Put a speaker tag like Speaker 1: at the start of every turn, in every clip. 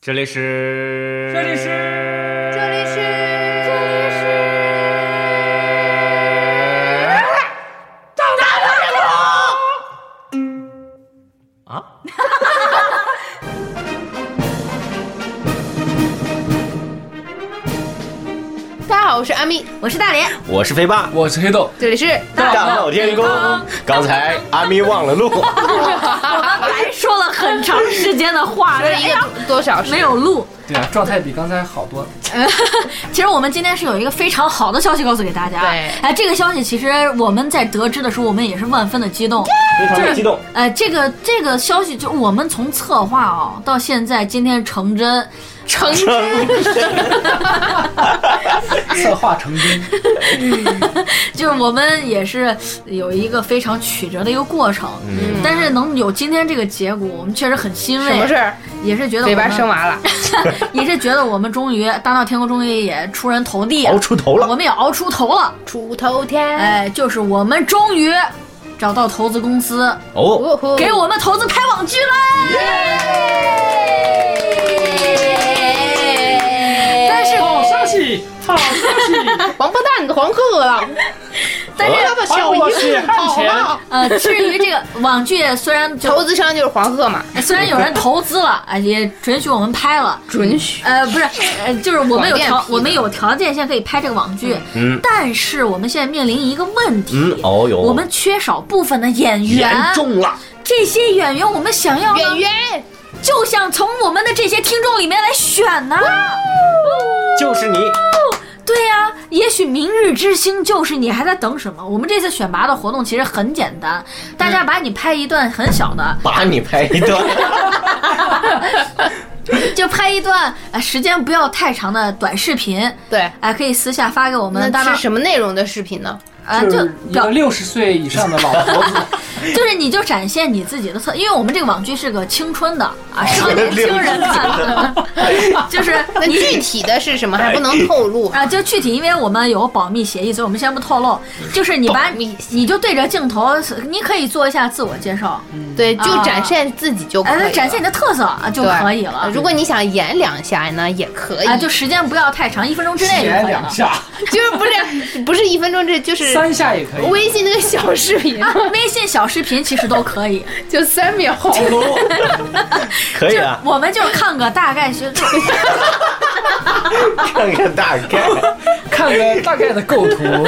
Speaker 1: 这里是，
Speaker 2: 这里是，
Speaker 3: 这里是，
Speaker 2: 这里是，大大
Speaker 1: 人物啊！
Speaker 3: 大家好，我是阿咪，
Speaker 4: 我是大连，
Speaker 1: 我是飞霸，
Speaker 2: 我是黑豆，
Speaker 3: 这里是
Speaker 1: 大闹天宫。刚才阿咪忘了录，
Speaker 4: 我刚才说了很长时间的话，
Speaker 3: 说了 一个多小时，
Speaker 4: 没有录。
Speaker 2: 对啊，状态比刚才好多了。
Speaker 4: 其实我们今天是有一个非常好的消息告诉给大家。
Speaker 3: 对
Speaker 4: 哎，这个消息其实我们在得知的时候，我们也是万分的激动。
Speaker 1: 非常的激动。
Speaker 4: 呃，这个这个消息就我们从策划哦到现在今天成真，
Speaker 3: 成
Speaker 2: 策划成功，
Speaker 4: 就是我们也是有一个非常曲折的一个过程。
Speaker 1: 嗯，
Speaker 4: 但是能有今天这个结果，我们确实很欣慰。
Speaker 3: 什么事？儿？
Speaker 4: 也是觉得
Speaker 3: 尾
Speaker 4: 我
Speaker 3: 巴
Speaker 4: 们
Speaker 3: 生娃了，
Speaker 4: 也是觉得我们终于大闹天宫，终于也出人头地，
Speaker 1: 熬出头了
Speaker 4: 我，们也熬出头了。
Speaker 3: 出头天，
Speaker 4: 哎，就是我们终于找到投资公司，
Speaker 1: 哦，
Speaker 3: 哦吼
Speaker 4: 给我们投资拍网剧啦！ 但是，
Speaker 2: 好消息，好消息，
Speaker 3: 王八蛋，你黄鹤了，但是他的小
Speaker 2: 还我血
Speaker 3: 鹰跑啊
Speaker 1: 哎
Speaker 2: 汗
Speaker 3: 了，
Speaker 4: 呃，至于这个网剧，虽然就
Speaker 3: 投资商就是黄鹤嘛，
Speaker 4: 虽然有人投资了，哎，也准许我们拍了。
Speaker 3: 准许，
Speaker 4: 呃，不是，呃，就是我们
Speaker 3: 广
Speaker 4: 有
Speaker 3: 电
Speaker 4: 条
Speaker 3: 批，的
Speaker 4: 我们有条件现在可以拍这个网剧，
Speaker 1: 嗯
Speaker 4: 但是我们现在面临一个问题，
Speaker 1: 嗯，哦哟，
Speaker 4: 我们缺少部分的演员，
Speaker 1: 严重了，
Speaker 4: 这些演员我们想要呢
Speaker 3: 演员，
Speaker 4: 就想从我们的这些听众里面来选呐、
Speaker 1: 就是你，
Speaker 4: 对呀、也许明日之星就是你，还在等什么？我们这次选拔的活动其实很简单，大家把你拍一段很小的，
Speaker 1: 把你拍一段，
Speaker 4: 就拍一段，呃，时间不要太长的短视频，
Speaker 3: 对，
Speaker 4: 哎、可以私下发给我们，
Speaker 3: 那
Speaker 4: 当
Speaker 3: 是
Speaker 4: 然，
Speaker 3: 什么内容的视频呢？
Speaker 4: 啊、
Speaker 2: 就
Speaker 4: 就是
Speaker 2: 一
Speaker 4: 表
Speaker 2: 个六十岁以上的老头子，
Speaker 4: 就是你就展现你自己的特，因为我们这个网剧是个青春的啊，适合年
Speaker 1: 六
Speaker 4: 轻
Speaker 1: 十
Speaker 4: 人看的， 就是
Speaker 3: 那
Speaker 4: 啊你
Speaker 3: 具体的是什么还不能透露，
Speaker 4: 啊，就具体，因为我们有保密协议，所以我们先不透露。就是你
Speaker 3: 保
Speaker 4: 把
Speaker 3: 密
Speaker 4: 你你就对着镜头，你可以做一下自我介绍，
Speaker 3: 对，就
Speaker 4: 啊
Speaker 3: 展现自己就嗯可以
Speaker 4: 哎，
Speaker 3: 了，
Speaker 4: 展现你的特色啊就
Speaker 3: 对呃
Speaker 4: 可以了。
Speaker 3: 如果你想演两下呢，也可以，
Speaker 4: 啊，就时间不要太长，一分钟之内就
Speaker 2: 点
Speaker 4: 可以
Speaker 2: 两
Speaker 4: 了。
Speaker 2: 下，
Speaker 3: 就是不是不是一分钟，这就是
Speaker 2: 三下也可以。
Speaker 3: 微信那个小视频，
Speaker 4: 啊，微信小视频其实都可以，
Speaker 3: 就三秒。
Speaker 2: 好喽，
Speaker 1: 可以啊，
Speaker 4: 我们就是看个大概是，就
Speaker 1: 看看大概，嗯
Speaker 2: 看个大概的构图，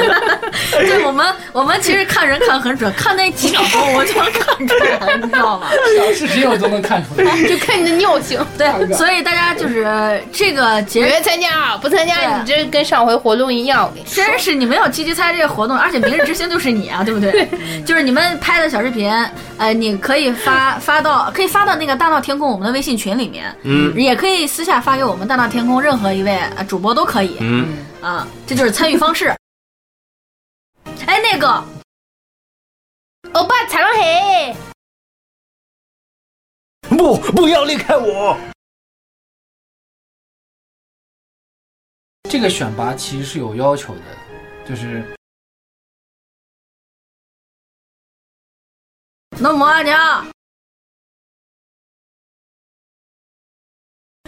Speaker 4: 对我们我们其实看人看很准，看那几秒钟我就能看出来，你知道吗？
Speaker 2: 小视频我都能看出来。
Speaker 3: 就看你的尿性，
Speaker 4: 对，所以大家就是这个节
Speaker 3: 你
Speaker 4: 日
Speaker 3: 别参加啊！不参加，
Speaker 4: 对
Speaker 3: 你这跟上回活动一样。我跟你
Speaker 4: 真是你没有积极参加这个活动，而且明日之星就是你啊，对不对？就是你们拍的小视频，呃，你可以发发到可以发到那个大闹天宫我们的微信群里面，
Speaker 1: 嗯
Speaker 4: 也可以私下发给我们大闹天宫任何一位呃主播都可以
Speaker 1: 嗯，
Speaker 4: 啊、这就是参与方式。 哎，那个
Speaker 3: 欧巴踩了黑，
Speaker 1: 不，不要离开我，
Speaker 2: 这个选拔其实是有要求的，就是
Speaker 4: 能磨娘，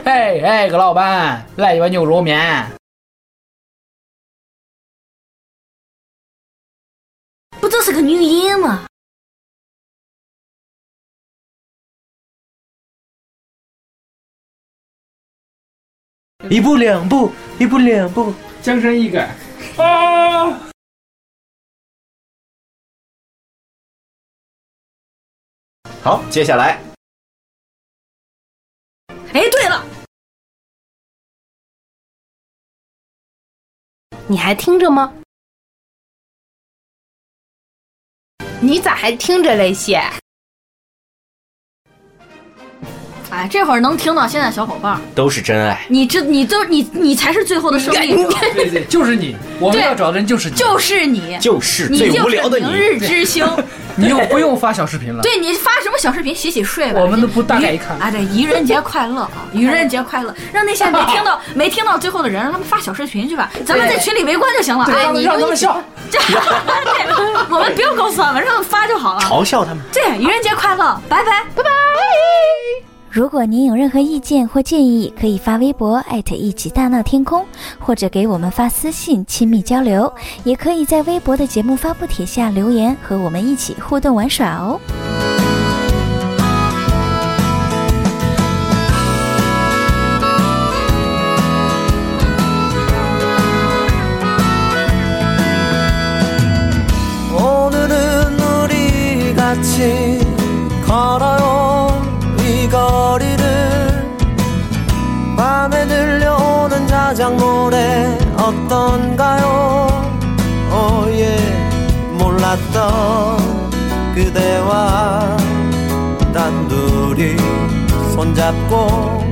Speaker 2: 哎哎，葛老板，来一碗牛肉 面。
Speaker 4: 不就是个女音吗？
Speaker 1: 一步两步，一步两步，
Speaker 2: 江山易改啊！
Speaker 1: 好，接下来
Speaker 4: 哎，对了，
Speaker 3: 你还听着吗？你咋还听着嘞，些？
Speaker 4: 哎，这会儿能听到现在小伙伴儿，
Speaker 1: 都是真爱，
Speaker 4: 你这你都你你才是最后的胜利者，
Speaker 2: 对对，就是你，我们要找的人就是你，
Speaker 4: 就是你，
Speaker 1: 就是
Speaker 4: 你
Speaker 1: 最
Speaker 4: 就
Speaker 1: 无
Speaker 4: 是
Speaker 1: 聊的
Speaker 4: 明
Speaker 1: 你，
Speaker 4: 日 之星。
Speaker 2: 你又不用发小视频了。
Speaker 4: 对你发什么小视频洗洗睡吧。
Speaker 2: 我们都不大概一看
Speaker 4: 啊，对，愚人节快 乐啊，愚人节快乐！让那些没听到没听到最后的人，让他们发小视频去吧，咱们在群里围观就行了。
Speaker 2: 让
Speaker 4: 哎，
Speaker 2: 他们
Speaker 4: 你
Speaker 2: 让他
Speaker 4: 就
Speaker 2: 们笑，
Speaker 4: 这， 对，我们不要告诉他们，让他们发就好了。
Speaker 1: 嘲笑他们，
Speaker 4: 对，愚人节快乐，拜拜，拜拜。
Speaker 5: 如果您有任何意见或建议，可以发微博艾特一起大闹天空，或者给我们发私信亲密交流，也可以在微博的节目发布帖下留言，和我们一起互动玩耍哦。
Speaker 6: 오늘은 우리 같이 걸어요 이 거리를 밤에 들려오는 자작 노래 어떤가요 오예 몰랐던 그대와 단둘이 손잡고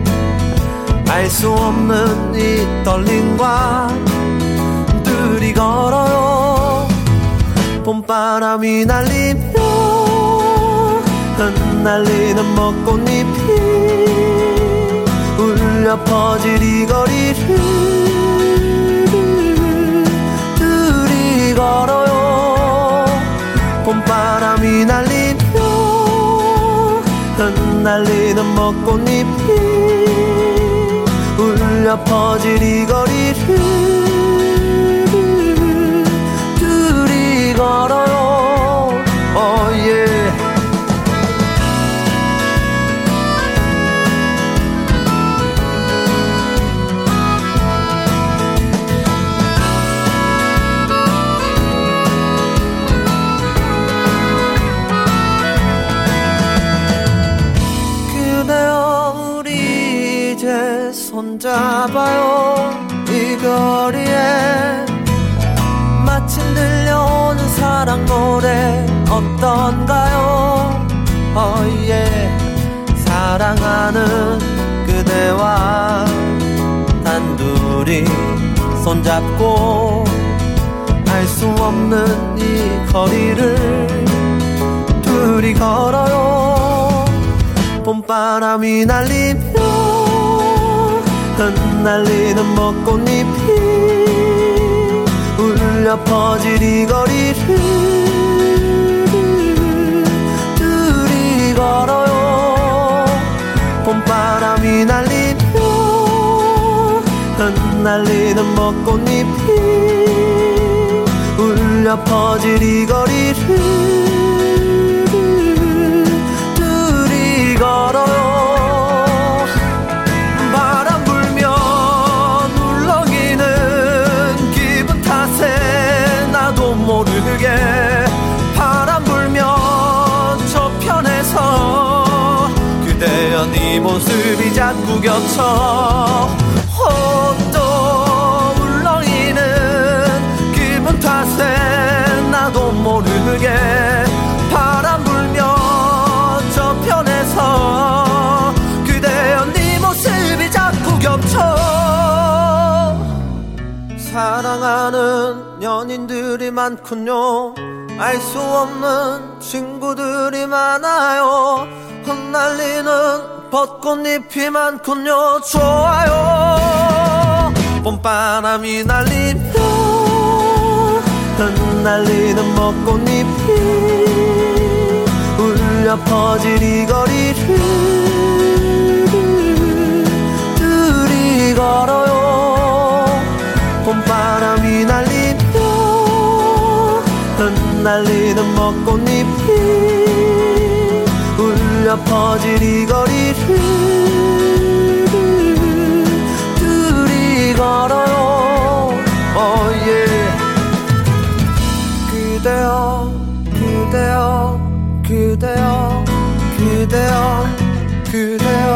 Speaker 6: 알 수 없는 이 떨림과 둘이 걸어요 봄바람이 날리며 흩날리는 벚꽃잎이 울려 퍼질 이 거리를 둘이 걸어요 봄바람이 날리며 흩날리는 벚꽃잎이 울려 퍼질 이 거리를 둘이 걸어요 oh yeah. 그대여 우리 이제 손잡아요 이 거리에 마침 들려오는 사랑 노래 어떤가요 어예 사랑하는 그대와 단둘이 손잡고 알 수 없는 이 거리를 둘이 걸어요 봄바람이 날리며 흩날리는 벚꽃잎이 울려 퍼질 이 거리를 둘이 걸어요 봄바람이 날리며 흩날리는 벚꽃잎이 울려 퍼질 이 거리를 둘이 걸어요 바람 불면 울렁이는 기분 탓에 나도 모르게 바람 불면 저편에서 그대여 네 모습이 자꾸 겹쳐 혼도 울렁이는 기분 탓에 나도 모르게 바람 불면 저편에서 그대여 네 모습이 자꾸 겹쳐 사랑하는 연인들이 많군요 알 수 없는 친구들이 많아요 흩날리는 벚꽃잎이 많군요 좋아요 봄바람이 날리며 흩날리는 벚꽃잎이 울려 퍼질 이 거리를 둘이 걸어요 봄바람이 날리며 흩날리는 벚꽃잎이 울려 퍼질 이 거리를 둘이 걸어요 oh yeah. 그대여 그대여 그대여 그대여 그대여